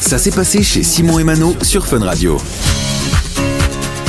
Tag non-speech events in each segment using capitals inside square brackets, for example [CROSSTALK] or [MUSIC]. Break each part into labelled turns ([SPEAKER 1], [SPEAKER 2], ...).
[SPEAKER 1] Ça s'est passé chez Simon et Mano sur Fun Radio.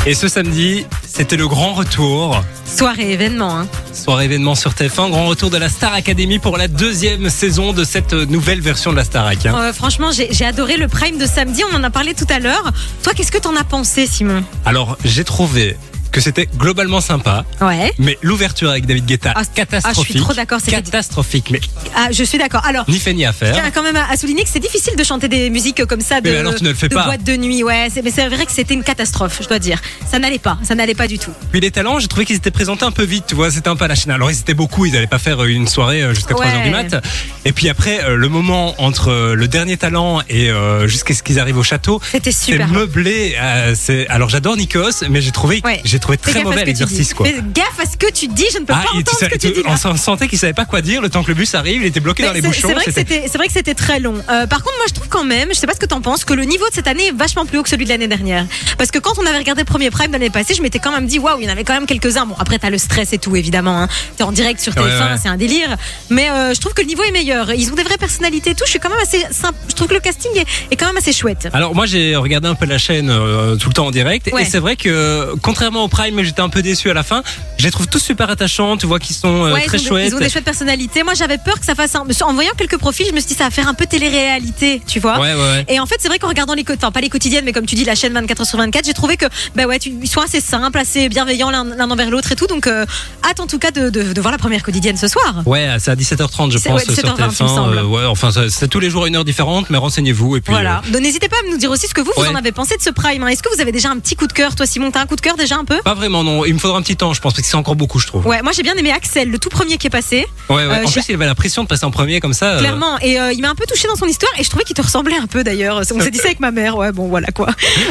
[SPEAKER 2] Et ce samedi, c'était le grand retour,
[SPEAKER 3] Soirée événement. Hein.
[SPEAKER 2] soirée événement sur TF1, grand retour de la Star Academy pour la deuxième saison de cette nouvelle version de la Starac. hein.
[SPEAKER 3] Euh, franchement, j'ai j'ai adoré le prime de samedi. On en a parlé tout à l'heure. Toi, qu'est-ce que t'en as pensé, Simon
[SPEAKER 2] Alors, j'ai trouvé que c'était globalement sympa,
[SPEAKER 3] Ouais.
[SPEAKER 2] mais l'ouverture avec David Guetta,
[SPEAKER 3] Ah, c- ah, je
[SPEAKER 2] catastrophique.
[SPEAKER 3] suis trop d'accord, c'était-
[SPEAKER 2] Catastrophique, mais
[SPEAKER 3] Ah, je suis d'accord. Alors,
[SPEAKER 2] ni fait ni à
[SPEAKER 3] je
[SPEAKER 2] faire.
[SPEAKER 3] tiens quand même à à souligner que c'est difficile de chanter des musiques comme ça de,
[SPEAKER 2] Mais alors, tu ne le fais
[SPEAKER 3] de
[SPEAKER 2] pas.
[SPEAKER 3] boîte de nuit. Ouais, c'est- mais c'est vrai que c'était une catastrophe, je dois dire. Ça n'allait pas. Ça n'allait pas du tout.
[SPEAKER 2] Puis les talents, j'ai trouvé qu'ils étaient présentés un peu vite, tu vois, c'était un peu à la chaîne. Alors ils étaient beaucoup, ils n'allaient pas faire une soirée euh, jusqu'à
[SPEAKER 3] Ouais.
[SPEAKER 2] 3h du mat. Et puis après, euh, le moment entre euh, le dernier talent et euh, jusqu'à ce qu'ils arrivent au château,
[SPEAKER 3] C'était
[SPEAKER 2] c'est
[SPEAKER 3] super.
[SPEAKER 2] meublé. euh, c'est- Alors j'adore Nikos, mais j'ai trouvé,
[SPEAKER 3] Ouais.
[SPEAKER 2] j'ai trouvé
[SPEAKER 3] Fais
[SPEAKER 2] très
[SPEAKER 3] gaffe à
[SPEAKER 2] mauvais
[SPEAKER 3] ce que tu
[SPEAKER 2] l'exercice,
[SPEAKER 3] dis.
[SPEAKER 2] quoi. Ah,
[SPEAKER 3] Fais gaffe à ce que tu dis. Je ne peux pas
[SPEAKER 2] il-
[SPEAKER 3] entendre
[SPEAKER 2] tu
[SPEAKER 3] ce
[SPEAKER 2] sais-
[SPEAKER 3] que tu
[SPEAKER 2] tu-
[SPEAKER 3] dis. là.
[SPEAKER 2] on s'en sentait qu'il savait pas quoi dire le temps que le bus arrive, il était bloqué dans les
[SPEAKER 3] Mais c'est-
[SPEAKER 2] bouchons.
[SPEAKER 3] C'est vrai que
[SPEAKER 2] c'était-
[SPEAKER 3] c'était, c'est vrai que c'était très long. Euh, par contre, moi, je trouve quand même, je sais pas ce que t'en penses, que le niveau de cette année est vachement plus haut que celui de l'année dernière. Parce que quand on avait regardé le premier Prime de l'année passée, je m'étais quand même dit, waouh, il y en avait quand même quelques-uns. Bon, après, t'as le stress et tout, évidemment. Hein. T'es en direct sur
[SPEAKER 2] Ouais,
[SPEAKER 3] TF1,
[SPEAKER 2] ouais.
[SPEAKER 3] c'est un délire. Mais euh, je trouve que le niveau est meilleur. Ils ont des vraies personnalités et tout. Je suis quand même assez simple. Je trouve que le casting est, est quand même assez chouette.
[SPEAKER 2] Alors moi j'ai regardé un peu la chaîne euh, tout le temps en direct
[SPEAKER 3] Ouais.
[SPEAKER 2] et c'est vrai que contrairement au Prime j'étais un peu déçu à la fin, je les trouve tous super attachants, tu vois qu'ils sont euh,
[SPEAKER 3] Ouais,
[SPEAKER 2] très
[SPEAKER 3] ils, ont des-
[SPEAKER 2] chouettes.
[SPEAKER 3] ils ont des chouettes personnalités. Moi, j'avais peur que ça fasse un. En voyant quelques profils, je me suis dit, ça va faire un peu télé-réalité, tu vois.
[SPEAKER 2] Ouais, ouais, ouais.
[SPEAKER 3] Et en fait, c'est vrai qu'en regardant les, co- enfin pas les quotidiennes, mais comme tu dis, la chaîne 24 h sur 24, j'ai trouvé que bah ouais, tu- ils sont assez simples, assez bienveillants l'un l'un envers l'autre et tout. Donc euh, hâte en tout cas de, de- de voir la première quotidienne ce soir.
[SPEAKER 2] Ouais, c'est à 17h30 je
[SPEAKER 3] C'est-
[SPEAKER 2] pense sur
[SPEAKER 3] ouais, 17h20,
[SPEAKER 2] TF1.
[SPEAKER 3] il me semble.
[SPEAKER 2] ouais, enfin ça- c'est tous les jours à une heure différente, mais renseignez-vous et puis.
[SPEAKER 3] Voilà.
[SPEAKER 2] euh,
[SPEAKER 3] Donc n'hésitez pas à nous dire aussi ce que vous
[SPEAKER 2] Ouais.
[SPEAKER 3] vous en avez pensé de ce prime. hein. Est-ce que vous avez déjà un petit coup de cœur, toi Simon, t'as un coup de cœur déjà un peu
[SPEAKER 2] pas vraiment non, il me faudra un petit temps je pense parce que c'est encore beaucoup je trouve.
[SPEAKER 3] Ouais, moi j'ai bien aimé Axel, le tout premier qui est passé,
[SPEAKER 2] Ouais, ouais.
[SPEAKER 3] Euh,
[SPEAKER 2] en
[SPEAKER 3] j'ai-
[SPEAKER 2] plus il avait la pression de passer en premier comme ça. euh,
[SPEAKER 3] clairement, et euh, il m'a un peu touché dans son histoire, et je trouvais qu'il te ressemblait un peu d'ailleurs. On s'est dit ça avec ma mère, ouais, bon voilà
[SPEAKER 2] [LAUGHS]
[SPEAKER 3] quoi.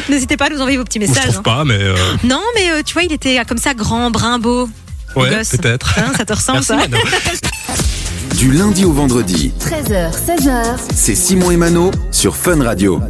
[SPEAKER 3] N'hésitez pas à nous envoyer vos petits
[SPEAKER 2] Je
[SPEAKER 3] messages.
[SPEAKER 2] trouve
[SPEAKER 3] hein.
[SPEAKER 2] pas mais euh,
[SPEAKER 3] Non, mais euh, tu vois, il était euh, comme ça grand, brun, beau.
[SPEAKER 2] ouais
[SPEAKER 3] gosse.
[SPEAKER 2] peut-être.
[SPEAKER 3] Hein, ça te ressemble
[SPEAKER 2] Merci,
[SPEAKER 3] ça
[SPEAKER 2] Manon.
[SPEAKER 1] Du lundi au vendredi,
[SPEAKER 4] 13h, 16h,
[SPEAKER 1] c'est Simon et Mano sur Fun Radio.